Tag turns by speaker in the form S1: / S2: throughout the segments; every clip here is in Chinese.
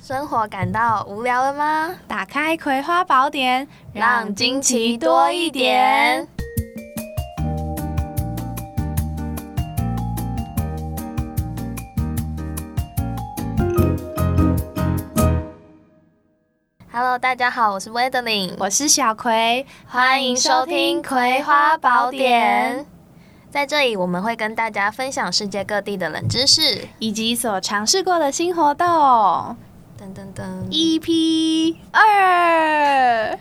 S1: 生活感到无聊了吗？
S2: 打开《葵花宝典》，
S1: 让惊奇多一点。。Hello，大家好，我是 w e d e l i n
S2: 我是小葵，
S1: 欢迎收听《葵花宝典》。在这里，我们会跟大家分享世界各地的冷知识。
S2: 以及所尝试过的新活动。
S1: 噔噔噔，
S2: EP 二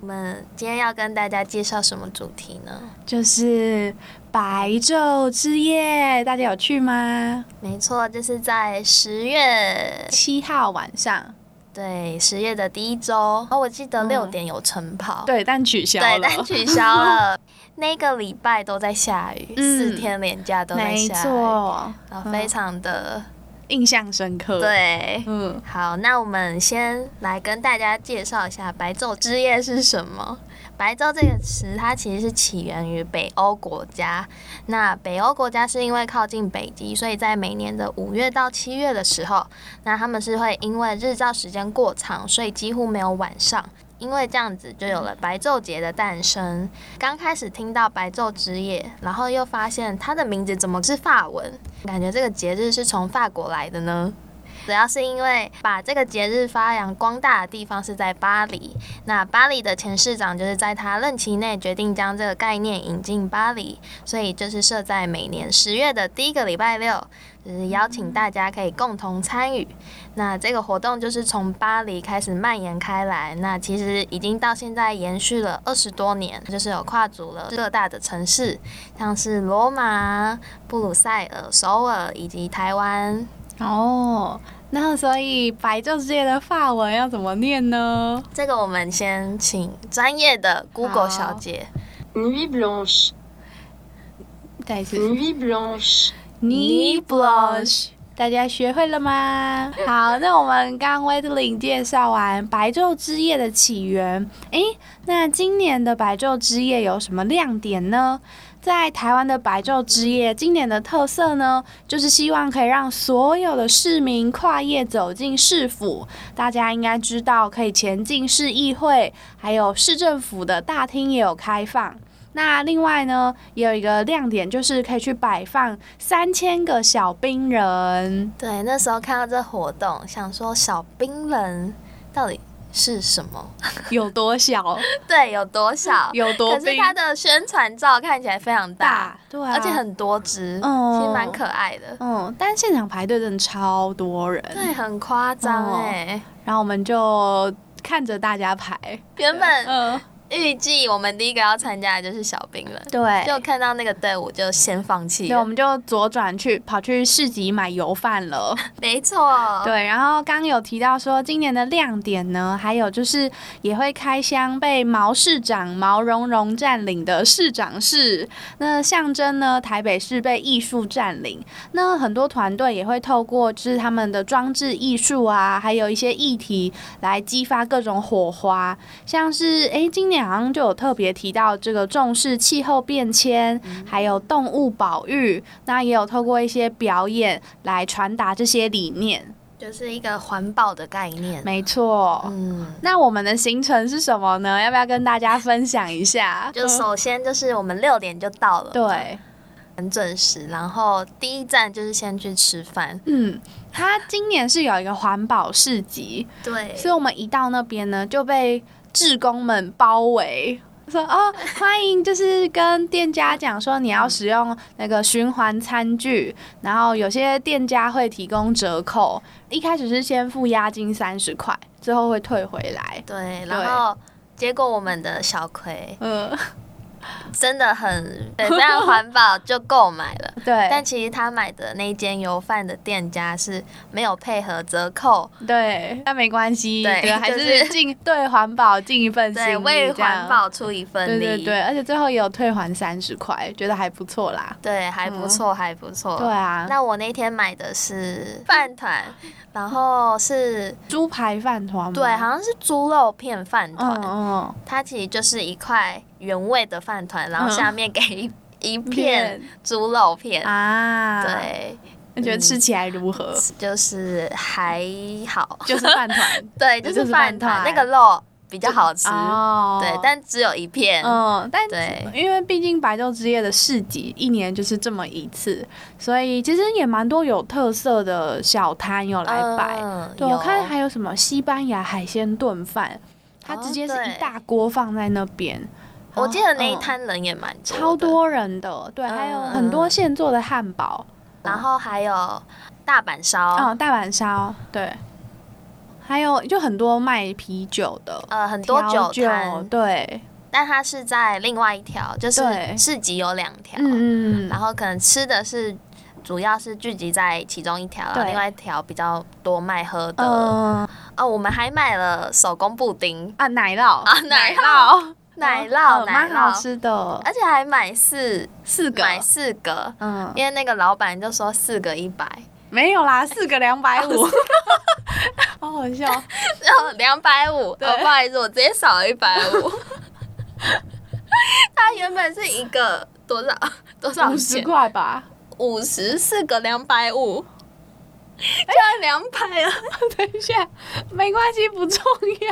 S1: 我们今天要跟大家介绍什么主题呢？
S2: 就是白昼之夜，大家有去吗？
S1: 没错，就是在十月，
S2: 七号晚上，
S1: 对，十月的第一周。哦，我记得
S2: 嗯
S1: 六点有晨跑，
S2: 对，但取消
S1: 对，
S2: 了。
S1: 但取消了。 那个礼拜都在下雨，
S2: 嗯
S1: 四天连假都在
S2: 没
S1: 下雨，
S2: 错，
S1: 然后非常的、
S2: 印象深刻。，
S1: 对。
S2: 嗯，
S1: 好，那我们先来跟大家介绍一下白昼之夜是什么。白昼这个词，它其实是起源于北欧国家。那北欧国家是因为靠近北极，所以在每年的五月到七月的时候，那他们是会因为日照时间过长，所以几乎没有晚上。因为这样子，就有了白昼节的诞生。刚开始听到白昼之夜，然后又发现它的名字怎么是法文，感觉这个节日是从法国来的呢。主要是因为把这个节日发扬光大的地方是在巴黎。那巴黎的前市长就是在他任期内决定将这个概念引进巴黎，所以就是设在每年十月的第一个礼拜六，就是邀请大家可以共同参与。那这个活动就是从巴黎开始蔓延开来，那其实已经到现在延续了二十多年，就是有跨足了各大的城市，像是罗马、布鲁塞尔、首尔以及台湾。
S2: 哦，那所以白昼之夜的法文要怎么念呢？
S1: 这个我们先请专业的 Google
S2: 好
S1: 小姐。
S3: Nuit blanche,
S2: 再一次
S3: nuit blanche,
S2: ，ni blush。大家学会了吗？ 好，那我们刚威特林介绍完白昼之夜的起源。诶，那今年的白昼之夜有什么亮点呢？在台湾的白昼之夜，今年的特色呢，就是希望可以让所有的市民跨夜走进市府。大家应该知道，可以前进市议会，还有市政府的大厅也有开放。那另外呢，也有一个亮点，就是可以去摆放三千个小 冰人。
S1: 对，那时候看到这活动，想说小冰人到底是什 么？
S2: 有多小？
S1: 对，有多小？
S2: 有多
S1: 可是
S2: 冰？
S1: 它的宣传照看起来非常大，，
S2: 对、啊，
S1: 而且很多只，
S2: 嗯
S1: 其实蛮可爱的。
S2: 嗯，但现场排队真的超多人。
S1: 对，很夸张
S2: 哦
S1: 哎。
S2: 然后我们就看着大家排。
S1: 原本
S2: 嗯，
S1: 预计我们第一个要参加的就是小冰人，
S2: 对，
S1: 就看到那个队伍就先放弃
S2: 对，我
S1: 了。
S2: 们就左转去跑去市集买油饭了。
S1: 没错，
S2: 对，然后刚有提到说今年的亮点呢，还有就是也会开箱被毛市长毛茸茸占领的市长室，那象征呢台北市被艺术占领。那很多团队也会透过就是他们的装置艺术啊，还有一些议题来激发各种火花，像是诶，今年好像就有特别提到这个重视气候变迁，还有动物保育，那也有透过一些表演来传达这些理念。
S1: 就是一个环保的概念。
S2: 没错。
S1: 嗯。
S2: 那我们的行程是什么呢？要不要跟大家分享一下？
S1: 就首先就是我们六点就到了，，
S2: 对，
S1: 很准时。然后第一站就是先去吃饭，
S2: 嗯，它今年是有一个环保市集，
S1: 对
S2: 所以我们一到那边呢就被志工们包围。说哦，欢迎，就是跟店家讲说你要使用那个循环餐具，然后有些店家会提供折扣，一开始是先付押金三十块，最后会退回来。
S1: 对，然后结果我们的小葵
S2: 嗯、
S1: 真的很对非常环保，就购买了。
S2: 对，
S1: 但其实他买的那间油饭的店家是没有配合折扣，
S2: 对，但没关系，
S1: 对
S2: 对，还
S1: 就是
S2: 尽对环保尽一份心力，
S1: 对，为
S2: 这样
S1: 环，保出一份
S2: 对
S1: 力，
S2: 对对，而且最后也有退还三十块，觉得还不错啦。
S1: 对还不错，还不错。
S2: 对啊，
S1: 那我那天买的是饭团，然后是
S2: 猪排饭团吗
S1: 对，好像是猪肉片饭
S2: 嗯
S1: 团，
S2: 嗯，
S1: 它其实就是一块原味的饭团，然后
S2: 嗯
S1: 下面给一、一片猪肉片，
S2: 啊，，
S1: 对，
S2: 你觉得吃起来如何？
S1: 就是还好，
S2: 就是饭团
S1: 对，
S2: 就
S1: 就是是饭
S2: 饭
S1: 团
S2: 团
S1: 那个肉比较好 吃，
S2: 哦
S1: 对，但只有一片，
S2: 嗯，但
S1: 对
S2: 因为毕竟白昼之夜的市集一年就是这么一次，所以其实也蛮多有特色的小摊有来摆。
S1: 嗯
S2: 对，我看
S1: 有
S2: 还有什么西班牙海鲜炖饭，它
S1: 哦
S2: 直接是
S1: 对
S2: 一大锅放在那边。
S1: 我记得那一
S2: 嗯
S1: 摊嗯人也蛮多的
S2: 超，多人的，对，还有很多现做的汉堡，
S1: 然后还有大阪烧，
S2: 嗯，大阪烧，对，还有就很多卖啤酒的，
S1: 呃，很多
S2: 调
S1: 酒摊，
S2: 对，
S1: 但它是在另外一条，就是
S2: 对
S1: 市集有两条，
S2: 嗯嗯
S1: 然
S2: 嗯，
S1: 后可能吃的是主要是聚集在其中一条，然后
S2: 对
S1: 另外一条比较多卖喝的。
S2: 嗯
S1: 哦，我们还买了手工布丁、
S2: 啊 奶酪
S1: 啊奶
S2: 酪
S1: 奶酪、
S2: 嗯
S1: 奶
S2: 蛮好
S1: 酪，
S2: 吃的，
S1: 而且还买四
S2: 四个，哦
S1: 买四个，
S2: 嗯，
S1: 因为那个老板就说四个一百，
S2: 没有啦，四个两百五， 好好笑，
S1: 然后两百五，哦，不好意思，我直接少了一百 五。它原本是一个多少多少
S2: 五十
S1: 钱？
S2: 块吧，
S1: 五十四个两百五，
S2: 哎
S1: 就要两百了。
S2: 等一下，没关系，不重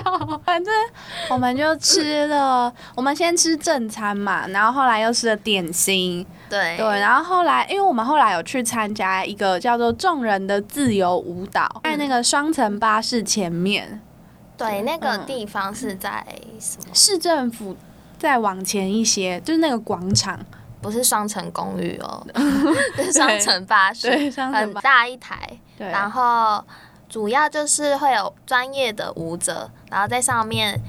S2: 要。反正 我们就吃了，我们先吃正餐嘛，然后后来又吃了点心，
S1: 对
S2: 对，然后后来，因为我们后来有去参加一个叫做“众人的自由舞蹈”，在那个双层巴士前面，
S1: 对，那个
S2: 嗯
S1: 地方是在什么？
S2: 市政府再往前一些，就是那个广场，
S1: 不是双层公寓 哦，是双层巴士，
S2: 对，双层
S1: 很
S2: 巴，
S1: 大一台，
S2: 对，
S1: 然后主要就是会有专业的舞者，然后在上面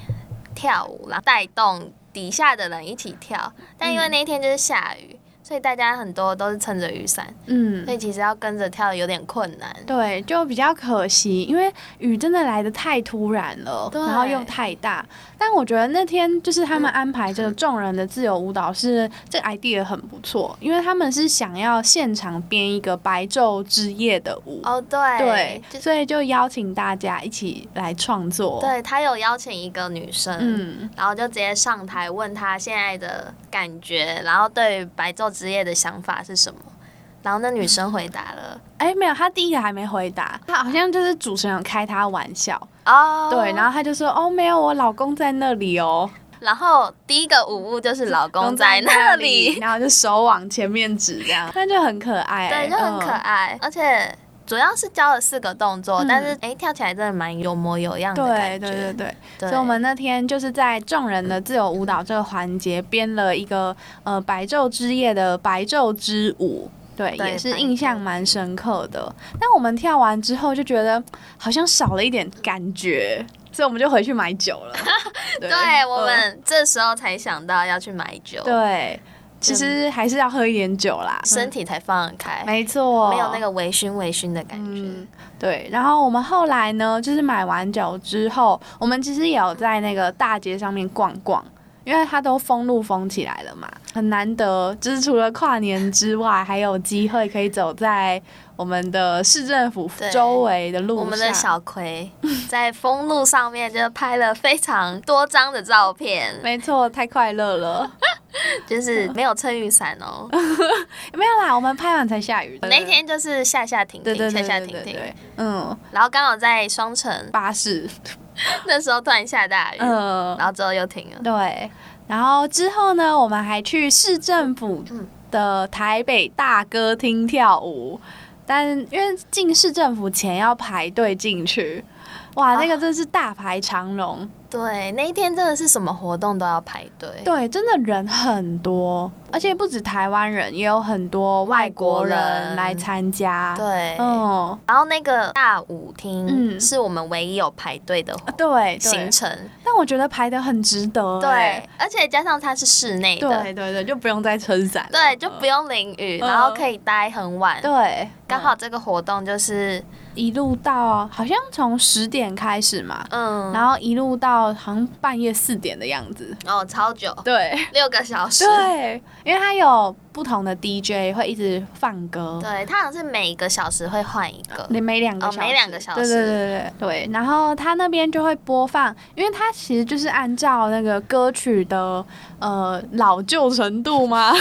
S1: 跳舞，然后带动底下的人一起跳。但
S2: 嗯
S1: 因为那一天就是下雨，所以大家很多都是撑着雨伞，
S2: 嗯
S1: 所。以其实要跟着跳有点困难。
S2: 对，就比较可惜，因为雨真的来的太突然了，
S1: 对嗯
S2: 然后又太大。但我觉得那天就是他们安排这个众人的自由舞蹈是这个 idea 很不错，因为他们是想要现场编一个白昼之夜的舞，
S1: 哦，对，
S2: 对，
S1: 就是
S2: 所以就邀请大家一起来创作。，
S1: 对他有邀请一个女生，
S2: 嗯，
S1: 然后就直接上台问他现在的感觉，然后对于白昼之夜的想法是什么。然后那女生回答了，
S2: 哎，没有，他第一个还没回答，他好像就是主持人有开他玩笑，
S1: 哦，
S2: 对，然后他就说，哦，没有，我老公在那里哦。
S1: 然后第一个舞步就是老公在那 里，
S2: 然后就手往前面指这样，那就很可爱、
S1: 对，就很可
S2: 嗯。
S1: 爱，而且主要是教了四个动作，
S2: 嗯
S1: 但是哎跳起来真的蛮有模有样的
S2: 对
S1: 感觉，
S2: 对对
S1: 对
S2: 对，所以我们那天就是在众人的自由舞蹈这个环节编了一个呃白昼之夜的白昼之舞，对，
S1: 对
S2: 也是
S1: 白
S2: 印象
S1: 昼
S2: 蛮深刻的。但我们跳完之后就觉得好像少了一点感觉，所以我们就回去买酒 了。对
S1: 对我、
S2: 嗯
S1: 们这时候才想到要去买酒，
S2: 对，其实还是要喝一点酒啦，
S1: 身体才放得开，
S2: 没错，
S1: 没有那个微醺微醺的感觉，
S2: 嗯，对。然后我们后来呢，就是买完酒之后，我们其实也有在那个大街上面逛逛，因为它都封路封起来了嘛，很难得，就是除了跨年之外，还有机会可以走在我们的市政府
S1: 对
S2: 周围的路上。
S1: 我们的小葵 在封路上面就拍了非常多张的照片，
S2: 没错，太快乐了。
S1: 就是没有撑雨伞 哦。
S2: 没有啦，我们拍完才下雨。
S1: 那一天就是下下停
S2: 呃对。对
S1: 停，
S2: 对
S1: 下下
S2: 对
S1: 停
S2: 对对
S1: 停，
S2: 对，嗯，
S1: 然后刚好在双城，
S2: 巴士，
S1: 那时候突然下大雨，
S2: 嗯，
S1: 然后之后又停了。
S2: 对，然后之后呢，我们还去市政府
S1: 嗯
S2: 的台北大歌厅跳舞，但因为进市政府前要排队进去，哇，那个真是大排长龙，
S1: 对，那一天真的是什么活动都要排队。
S2: 对，真的人很多，而且不止台湾人，也有很多外国
S1: 外国
S2: 人
S1: 人
S2: 来参加。
S1: 对，
S2: 啊嗯，
S1: 然后那个大舞厅
S2: 嗯啊
S1: 是我们唯一有排队的活
S2: 对，
S1: 行
S2: 对，
S1: 程，
S2: 但我觉得排的很值得、欸
S1: 对，，而且加上它是室内
S2: 对
S1: 的，
S2: 对对，就不用再撑伞了，
S1: 对，就不
S2: 用，
S1: 用淋雨，
S2: 嗯
S1: 然后可以待很晚，
S2: 对，
S1: 刚
S2: 嗯
S1: 好这个活动就是，
S2: 一路到好像从十点开始嘛，
S1: 嗯，
S2: 然后一路到好像半夜四点的样子。
S1: 哦，超久，
S2: 对
S1: 六个小时，
S2: 对，因为它有不同的 DJ 会一直放歌，
S1: 对，它好像是每个小时会换一个。
S2: 你每两个
S1: 哦
S2: 小时，
S1: 每两个小时
S2: 对对对对对。然后他那边就会播放，因为他其实就是按照那个歌曲的呃老旧程度嘛，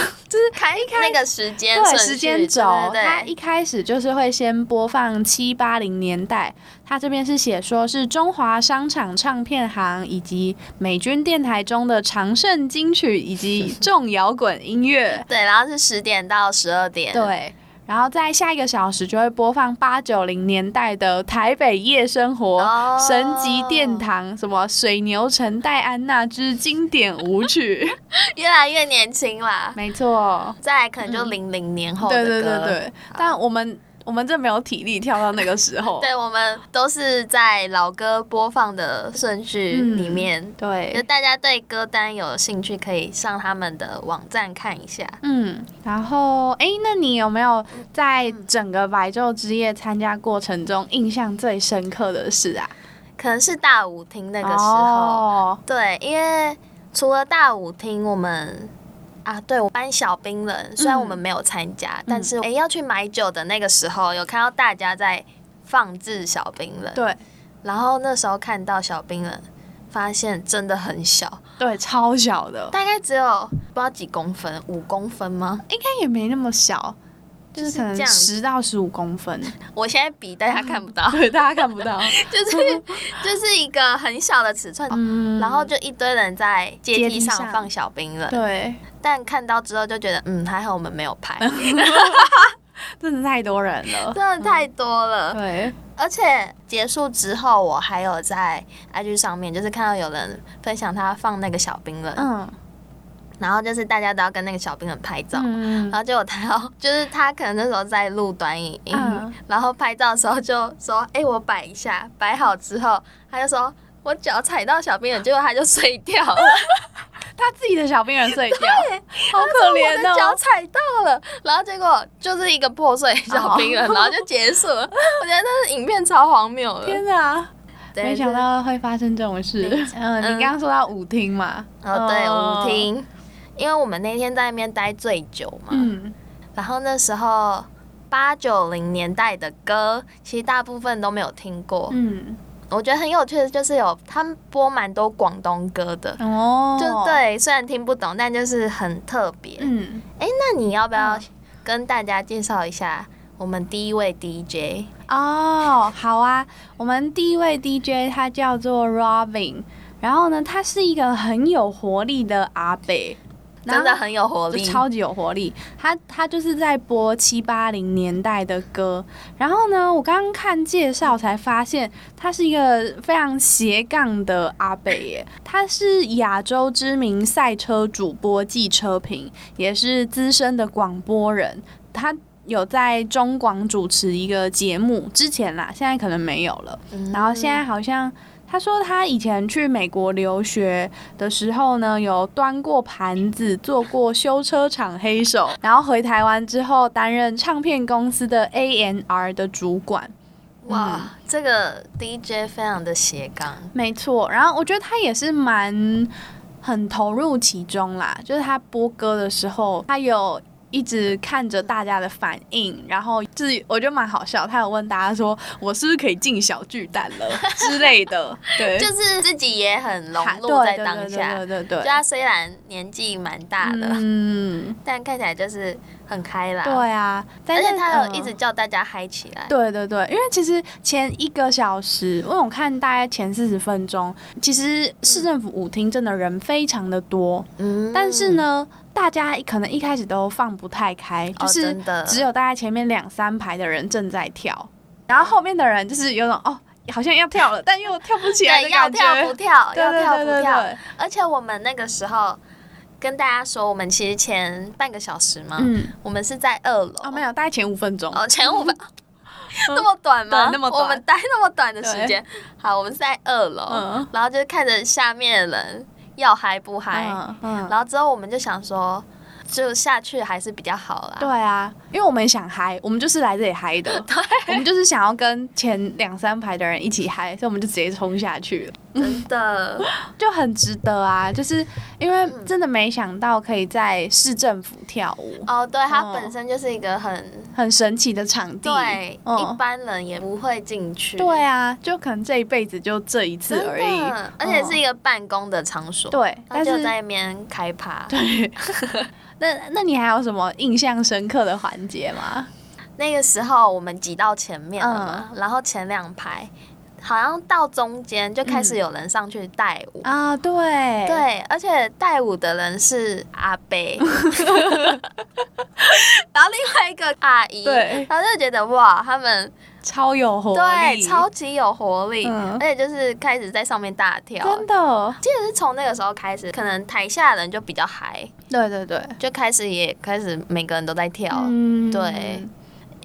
S1: 开那个时间
S2: 对
S1: 顺序
S2: 时间轴，
S1: 对
S2: 他
S1: 对对，
S2: 一开始就是会先播放七八零年代，他这边是写说是中华商场唱片行以及美军电台中的常盛金曲以及重摇滚音乐，
S1: 对，然后是十点到十二点，，
S2: 对。然后在下一个小时就会播放八九零年代的台北夜生活、
S1: 哦
S2: 神级殿堂、什么水牛城戴安娜之经典舞曲，
S1: 越来越年轻啦。
S2: 没错。
S1: 再来可能就零零年后的
S2: 对
S1: 歌，
S2: 嗯对对对，但我们我们这没有体力跳到那个时候。
S1: 对我们都是在老歌播放的顺序里面。就
S2: 嗯对，
S1: 大家对歌单有兴趣，可以上他们的网站看一下。
S2: 嗯，然后哎，诶那你有没有在整个白昼之夜参加过程中印象最深刻的事啊？
S1: 可能是大舞厅那
S2: 那
S1: 个时候，
S2: 哦、
S1: 对，因为除了大舞厅，我们啊，对我班小冰人，虽然
S2: 嗯
S1: 我们没有参加，但是诶要去买酒的那个时候，有看到大家在放置小冰人，
S2: 对
S1: 然后那时候看到小冰人，发现真的很小，
S2: 对，超小的，
S1: 大概只有不知道几公分，五公分吗？
S2: 应该也没那么小，就是
S1: 是这
S2: 可能
S1: 样哦
S2: 十到十五公分，
S1: 我现在比大家看不 到，
S2: 对，大家看不 到。
S1: 就是就是一个很小的尺寸，
S2: 嗯
S1: 然后就一堆人在阶
S2: 阶
S1: 梯
S2: 梯
S1: 上
S2: 上
S1: 放小冰人，
S2: 对，
S1: 但看到之后就觉得，嗯，还好我们没有 拍，
S2: 真的太多人了。
S1: 真的太多了。
S2: 对，
S1: 而且结束之后，我还有在 IG 上面，就是看到有人分享他放那个小冰人，
S2: 嗯
S1: 然后就是大家都要跟那个小冰人拍照。
S2: 嗯
S1: 然，后结果他要， 就是他可能那时候在录短影音，
S2: 嗯
S1: 然后拍照的时候就说：“哎、我摆一下。”摆好之后，他就说：“我脚踩到小冰人，结果他就碎掉了，
S2: 他自己的小病人碎掉， 好可
S1: 我的
S2: 怜
S1: 脚
S2: 哦。
S1: 踩到了。”然后结果就是一个破碎小 冰人，
S2: 哦
S1: 然后就结束了。 我觉得那影片超荒谬的，
S2: 天哪！
S1: 对
S2: 没想。到会发生这种事。嗯，你刚刚说到舞厅嘛？
S1: 就哦，对，舞。厅，因为我们那天在那边待最久嘛，
S2: 嗯，
S1: 然后那时候。八九零年代的歌，其实大部分都没有听过。
S2: 嗯，
S1: 我觉得很有趣的就是有他们播蛮多广东歌的，
S2: 哦，
S1: 就，对，虽然听不懂，但就是很特别。
S2: 嗯，
S1: 那你要不要
S2: 嗯
S1: 跟大家介绍一下我们第一位 DJ？
S2: 哦，好啊。我们第一位 DJ 他叫做 Robin，然后呢，他是一个很有活力的阿北，
S1: 真的很有活
S2: 就
S1: 力，
S2: 超级有活力。他他就是在播七八零年代的歌，然后呢，我刚刚看介绍才发现，他是一个非常斜杠的阿北耶。他是亚洲知名赛车主播暨车评，也是资深的广播人。他。有在中广主持一个节目，之前啦，现在可能没有了。
S1: 嗯
S2: 然后现在好像他说他以前去美国留学的时候呢，有端过盘子，做过修车厂黑手，然后回台湾之后担任唱片公司的 ANR 的主管。
S1: 哇，
S2: 嗯
S1: 这个 DJ 非常的斜杠，
S2: 没错，然后我觉得他也是蛮很投入其中啦，就是他播歌的时候，他有。一直看着大家的反应，然后就是我觉得蛮好笑。他有问大家说：“我是不是可以进小巨蛋了之类的？”对，
S1: 就是自己也很融
S2: 还
S1: 入在
S2: 对对
S1: 当下。
S2: 对对对对
S1: 就他虽然年纪蛮大的，
S2: 嗯，
S1: 但看起来就是很开朗。
S2: 对，啊，但
S1: 而
S2: 是
S1: 且他有
S2: 嗯
S1: 一直叫大家嗨起来。
S2: 对对对，因为其实前一个小时，因为我看大概前四十分钟，其实市政府舞厅真的人非常的多，
S1: 嗯
S2: 但是，呢，大家可能一开始都放不太开，
S1: 哦
S2: 就是
S1: 真的
S2: 只有大概前面两三排的人正在跳，然后后面的人就是有种哦，好像要跳了，但又跳不起来的
S1: 对，要
S2: 感觉，
S1: 跳不跳，
S2: 对
S1: 要
S2: 对
S1: 跳
S2: 对
S1: 不
S2: 对
S1: 跳。
S2: 对，
S1: 而且我们那个时候跟大家说，我们其实前半个小时嘛，
S2: 嗯，
S1: 我们是在二楼，
S2: 哦，没有，大概前五分钟，嗯
S1: 哦，前五分。 那么短吗？
S2: 对那么短
S1: 我们待那么短的时间。好，我们是在二楼，
S2: 嗯
S1: 然后就看着下面的人要嗨不嗨，
S2: 嗯嗯，
S1: 然后之后我们就想说，就下去还是比较好啦。
S2: 对啊，因为我们想嗨，我们就是来这里 嗨的，我们就是想要跟前两三排的人 一起嗨，所以我们就直接冲下去了，
S1: 真的，
S2: 就很值得啊！就是因为真的没想到可以在市政府跳舞，
S1: 哦，对，它
S2: 哦
S1: 本身就是一个很
S2: 很神奇的场地。
S1: 对、一
S2: 嗯，
S1: 般人也不会进去，
S2: 对啊，就可能这一辈子就这一次
S1: 真的，
S2: 而已。嗯
S1: 而且是一个办公的场所，
S2: 对，
S1: 他
S2: 但
S1: 就是在那边开趴。
S2: 对， 那那你还有什么印象深刻的环节吗？
S1: 那个时候我们挤到前面了嘛，
S2: 嗯
S1: 然后前两排好像到中间就开始有人上去带舞。
S2: 啊，对，对，
S1: 对，而且带舞的人是阿 贝，然后另外一个阿姨，
S2: 对
S1: 然后就觉得哇，他们
S2: 超有活力，
S1: 对超级有活力，
S2: 嗯
S1: 而且就是开始在上面大跳。
S2: 真的，
S1: 记得是从那个时候开始，可能台下的人就比较嗨，
S2: 对对对，
S1: 就开始也开始每个人都在跳。
S2: 嗯
S1: 对，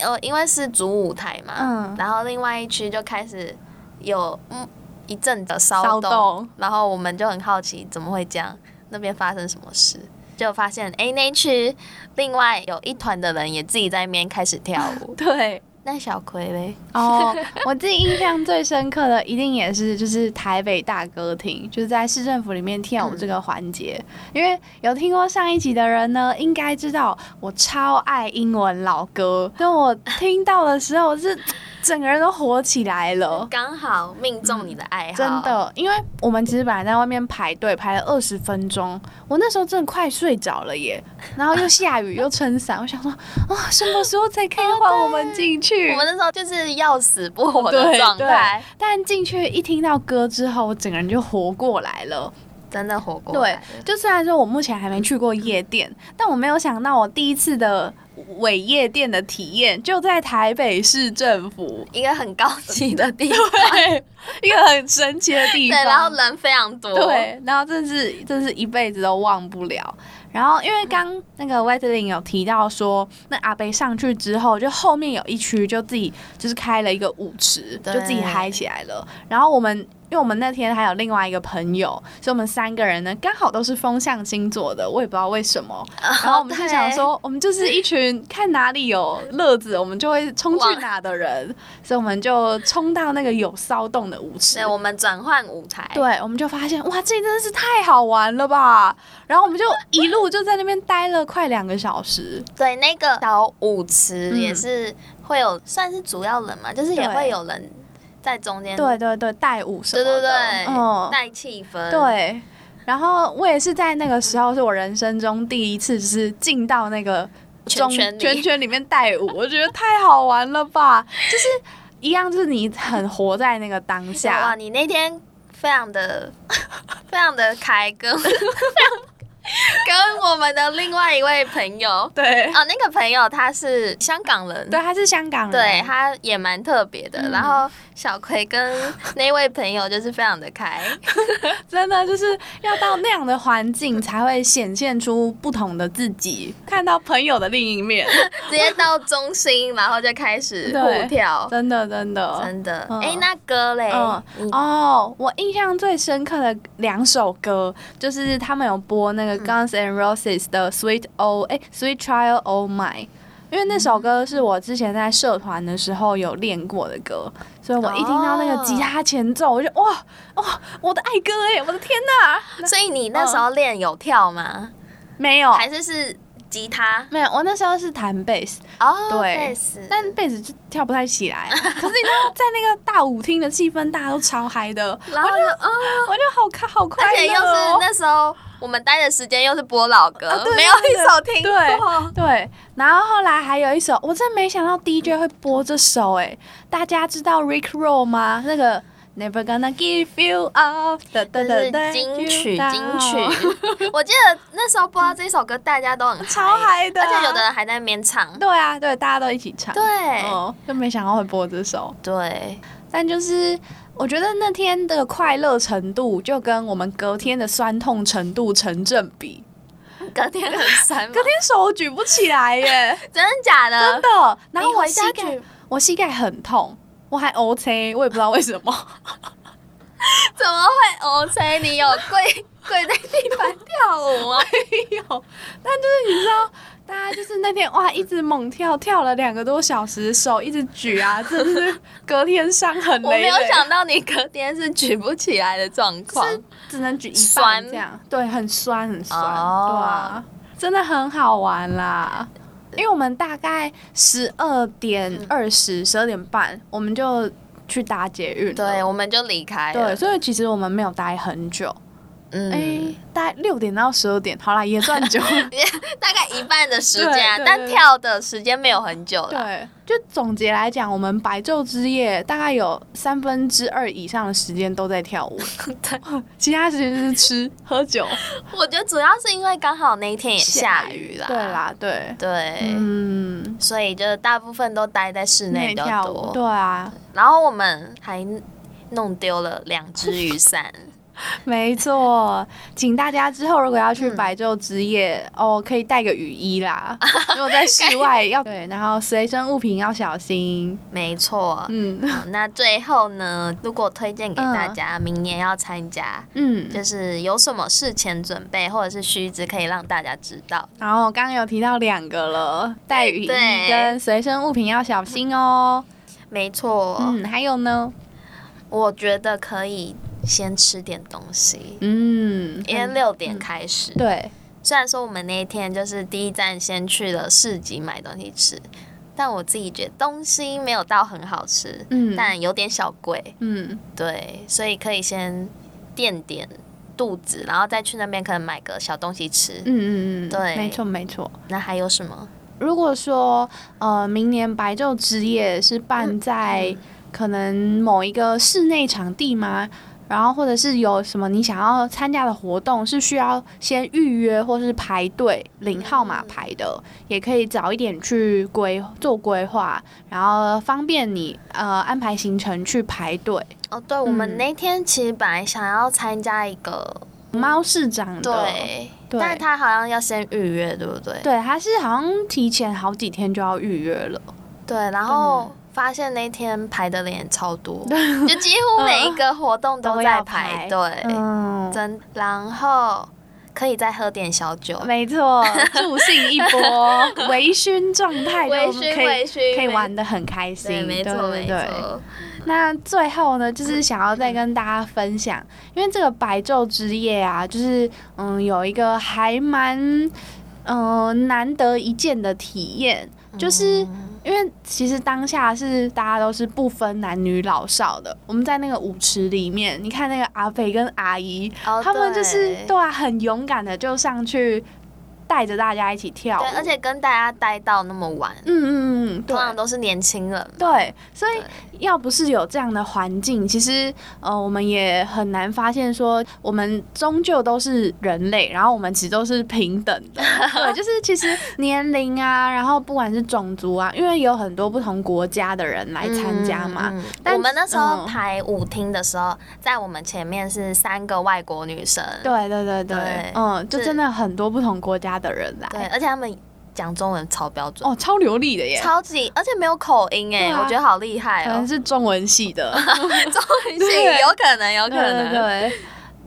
S1: 呃，因为是主舞台嘛，
S2: 嗯
S1: 然后另外一区就开始有嗯一阵的骚
S2: 骚动
S1: 然后我们就很好奇怎么会这样，那边发生什么事，就发现哎、诶那一区另外有一团的人也自己在那边开始跳 舞，
S2: 对。
S1: 那小葵嘞，
S2: 哦，我自己印象最深刻的一定也是就是台北大歌厅，就是在市政府里面跳
S1: 嗯
S2: 舞这个环节。因为有听过上一集的人呢，应该知道我超爱英文老歌，但我听到的时候，我是整个人都火起来了。
S1: 刚好命中你的哎爱好，
S2: 真，的，因为我们其实本来在外面排队排了二十分钟，我那时候真的快睡着了耶，然后又下雨又撑伞，我想说啊、什么时候 才可以换我们进
S1: 哦
S2: 去？
S1: 我们那时候就是要死不活的
S2: 对
S1: 状态，
S2: 但进去一听到歌之后，我整个人就活过来了。
S1: 真的火锅
S2: 对
S1: 来了，
S2: 就虽然说我目前还没去过夜店，但我没有想到我第一次的伪夜店的体验就在台北市政府，
S1: 一个很高级的地方，
S2: 对，一个很神奇的地
S1: 对，
S2: 方。
S1: 然后人非常多，，
S2: 对，然后真是真是一辈子都忘不了。然后因为刚那个 w e t l i n 有提到说，那阿北上去之后，就后面有一区就自己就是开了一个舞池，就
S1: 对
S2: 自己嗨起来了。然后我们。因为我们那天还有另外一个朋友，所以我们三个人呢刚好都是风象星座的，我也不知道为 什么。然后我们就想
S1: 哦
S2: 说，我们就是一群看哪里有乐子，我们就会冲去
S1: 往
S2: 哪的人，所以我们就冲到那个有骚动的舞池。
S1: 对，我们转换舞台，
S2: 对，我们就发现哇，这真的是太好玩了吧！然后我们就一路就在那边待了快两个小时。
S1: 对，那个小舞池
S2: 嗯
S1: 也是会有，算是主要人嘛，就是也
S2: 对
S1: 会有人在中间，
S2: 对对对，带舞什么
S1: 对对
S2: 的，
S1: 对，
S2: 嗯，
S1: 带气氛，，
S2: 对。然后我也是在那个时候，是我人生中第一次，就是进到那个
S1: 圈
S2: 中
S1: 圈里
S2: 圈圈里面带舞，我觉得太好玩了吧！就是一样，就是你很活在那个 当
S1: 哇，
S2: 下，
S1: 你那天非常的 非常的开， 跟跟我们的另外一位朋友，哦，
S2: 对
S1: 那个朋友他是香港人，
S2: 对，嗯他是香港人，
S1: 对，他也蛮特别的。然后小葵跟那位朋友就是非常的开，
S2: 真的就是要到那样的环境，才会显现出不同的自己，看到朋友的另一面。
S1: 直接到中心，然后就开始
S2: 对
S1: 互跳，
S2: 真的，真的，
S1: 真的。
S2: 嗯
S1: 哎、那歌嘞，
S2: 嗯
S1: 你
S2: 哦，我印象最深刻的两首歌，就是他们有播那个 Guns N' Roses 的 Sweet O，哎、Sweet Trial O My。因为那首歌是我之前在社团的时候有练过的歌，所以我一听到那个吉他前奏，我就哇哇，我的爱歌哎、我的天哪！
S1: 所以你那时候练有跳吗？
S2: 没有，
S1: 还是是吉他？
S2: 没有，我那时候是弹贝斯，
S1: 哦，
S2: 对
S1: 贝斯
S2: 但贝斯就跳不太起来、 啊。可是你知道，在那个大舞厅的气氛，大家都超嗨的，
S1: 然后就嗯，
S2: 我就好看好快
S1: 而且又
S2: 乐、
S1: 是
S2: 哦。
S1: 那时候我们待的时间又是播老歌，
S2: 啊对
S1: 没有一首听过。
S2: 对，然后后来还有一首，我真没想到 DJ 会播这首哎、大家知道 Rick Roll 吗？那个 Never Gonna Give You Up 的
S1: 这
S2: 的的
S1: 是
S2: 的
S1: 金曲，金，
S2: you know
S1: 曲。我记得那时候播到这首歌，大家都很
S2: 超嗨的啊
S1: 而且有的人还在那边唱。
S2: 对啊，对，大家都一起唱，
S1: 对
S2: 哦，就没想到会播这首，
S1: 对，
S2: 但就是。我觉得那天的快乐程度就跟我们隔天的酸痛程度成正比，
S1: 嗯隔天 很酸吗，
S2: 隔天手我举不起来 耶，
S1: 真的假的？
S2: 真的。然后
S1: 你
S2: 我
S1: 回
S2: 膝
S1: 家
S2: 盖
S1: 举，
S2: 我膝盖很痛，我还 O K，我也不知道为什么。
S1: 怎么会 OK？你有跪跪在地板跳舞 吗？
S2: 没有， 但就是你知道，大家就是那天哇，一直猛跳，跳了两个多小时，手一直举啊，真的是隔天伤痕
S1: 我
S2: 累
S1: 没
S2: 累。
S1: 有想到你隔天是举不起来的状况。
S2: 是只能举一半
S1: 酸
S2: 这样，对，很酸很酸，
S1: 哦
S2: 对啊，真的很好玩啦。因为我们大概十二点二十、十二点半，我们就去搭捷运了
S1: 对，我们就离开了。
S2: 对，所以其实我们没有待很久，
S1: 嗯，
S2: 哎、大概六点到十二点，好啦，也算 久。
S1: 大概一半的时间啊，
S2: 对对
S1: 但
S2: 对
S1: 跳的时间没有很久了。
S2: 对，就总结来讲，我们白昼之夜大概有三分之二以上的时间都在 跳舞，对，其他时间就是吃、喝酒、
S1: 我觉得主要是因为刚好那一天也下雨啦。
S2: 对啦，对，
S1: 对，
S2: 嗯，
S1: 所以就大部分都待在室内比较
S2: 跳舞，对
S1: 多。
S2: 啊，
S1: 然后我们还弄丢了两只雨伞。
S2: 没错，请大家之后如果要去
S1: 嗯
S2: 白昼之夜，哦，可以带个雨衣 啦。如果在室外要对，然后随身物品要小心。
S1: 没错。
S2: 嗯
S1: 好那最后呢，如果推荐给大家，明年要参加。
S2: 嗯，
S1: 就是有什么事前准备或者是须知可以让大家知道。
S2: 然后刚刚有提到两个了，带雨衣
S1: 对
S2: 跟随身物品要小心哦。
S1: 没错，
S2: 嗯，还有呢，
S1: 我觉得可以先吃点东西，
S2: 嗯，
S1: 因为
S2: 很
S1: 六点开始。
S2: 对，
S1: 虽然说我们那一天就是第一站先去了市集买东西吃，但我自己觉得东西没有到很好吃，
S2: 嗯
S1: 但有点小贵，
S2: 嗯，
S1: 对，所以可以先垫点肚子，然后再去那边可能买个小东西吃。
S2: 嗯嗯嗯，
S1: 对
S2: 没错没错。
S1: 那还有什么？
S2: 如果说呃，明年白昼之夜是办
S1: 嗯
S2: 在可能某一个室内场地吗？然后或者是有什么你想要参加的活动，是需要先预约或是排队领号
S1: 嗯
S2: 码牌的，也可以早一点去规做规划，然后方便你呃安排行程去排队。
S1: 哦，对，我们
S2: 嗯
S1: 那天其实本来想要参加一个，
S2: 猫市长的，
S1: 嗯对，
S2: 对
S1: 但他好像要先预约，对不对？
S2: 对，它是好像提前好几天就要预约了。
S1: 对，然后发现那天排的人也超多，就几 乎每一个活动
S2: 嗯都
S1: 在
S2: 要排
S1: 队，
S2: 嗯，
S1: 真。然后可以再喝点小酒，
S2: 没错，助兴一波，微醺状 态，
S1: 微
S2: 就
S1: 醺
S2: 可以
S1: 微醺
S2: 可以
S1: 没
S2: 玩的很开
S1: 对，
S2: 心，
S1: 没错嗯
S2: 对
S1: 没。
S2: 对
S1: 错，
S2: 那最后呢，就是想要再跟大家分享，因为这个白昼之夜啊，就是嗯，有一个还蛮嗯、呃难得一见的体验，
S1: 嗯
S2: 就是。因为其实当下是大家都是不分男女老少的，我们在那个舞池里面，你看那个阿肥跟阿姨，
S1: 哦
S2: 他们就是
S1: 对
S2: 对啊，很勇敢的就上去带着大家一起跳舞
S1: 对，而且跟大家待到那么晚，
S2: 嗯嗯嗯，对
S1: 通常都是年轻人。
S2: 对，所以要不是有这样的环境，其实呃，我们也很难发现说我们终究都是人类，然后我们其实都是平等 的，对，就是其实年龄啊，然后不管是种族啊，因为有很多不同国家的人来参加嘛，
S1: 嗯嗯
S2: 但
S1: 我们那时候
S2: 嗯
S1: 排舞厅的时候，在我们前面是三个外国女生，
S2: 对对对对，
S1: 对
S2: 嗯，就是真的很多不同国家的人
S1: 对，
S2: 来，
S1: 而且他们讲中文超标准，
S2: 哦，超流利的耶。
S1: 超级，而且没有口音哎、
S2: 对啊
S1: 我觉得好厉害
S2: 可
S1: 哦、
S2: 能是中文系的，
S1: 中文系有可能，有可
S2: 对对
S1: 能，
S2: 对，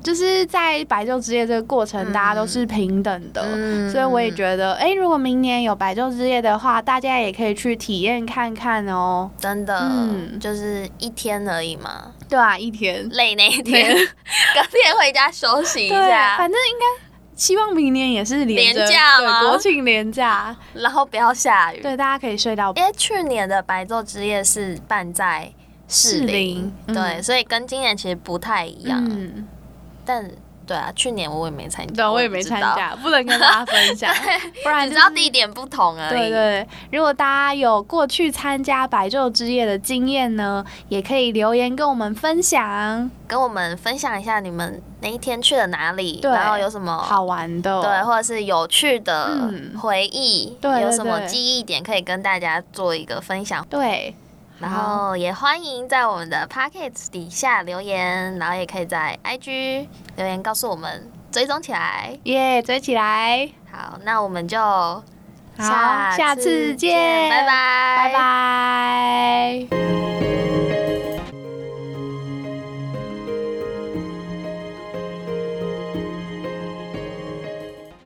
S2: 就是在白昼之夜这个过程，大家都是平等的，
S1: 嗯
S2: 所以我也觉得，哎、如果明年有白昼之夜的话，大家也可以去体验看看哦。
S1: 真的、
S2: 嗯
S1: 就是一天而已嘛，
S2: 对啊，一天，
S1: 累那一天， 隔天回家休息一
S2: 对，
S1: 下
S2: 反，正应该。希望明年也是连着
S1: 连假吗
S2: 对国庆连假，
S1: 然后不要下雨。
S2: 对大家可以睡到
S1: 因为去年的白昼之夜是办在士
S2: 士
S1: 林
S2: 林，嗯
S1: 对，所以跟今年其实不太一样，
S2: 嗯，
S1: 但对啊，去年我也没参加，
S2: 对，我也
S1: 不
S2: 没
S1: 知
S2: 参
S1: 道，
S2: 加，不能跟大家分 享，不然
S1: 只
S2: 就
S1: 知道
S2: 是
S1: 地点不同而已。
S2: 对对对，如果大家有过去参加白昼之夜的经验呢，也可以留言跟我们分享
S1: 跟我们分享一下你们那一天去了哪里，
S2: 对
S1: 然后有什么
S2: 好玩的。哦
S1: 对，或者是有趣的
S2: 嗯
S1: 回忆，
S2: 对对
S1: 有什么
S2: 对
S1: 记忆点可以跟大家做一个分享。
S2: 对
S1: 然后也欢迎在我们的 Pocket 底下留言，然后也可以在 IG 留言告诉我们，追踪起来。
S2: 耶追起来！
S1: 好，那我们就
S2: 好，下次见，
S1: 拜拜，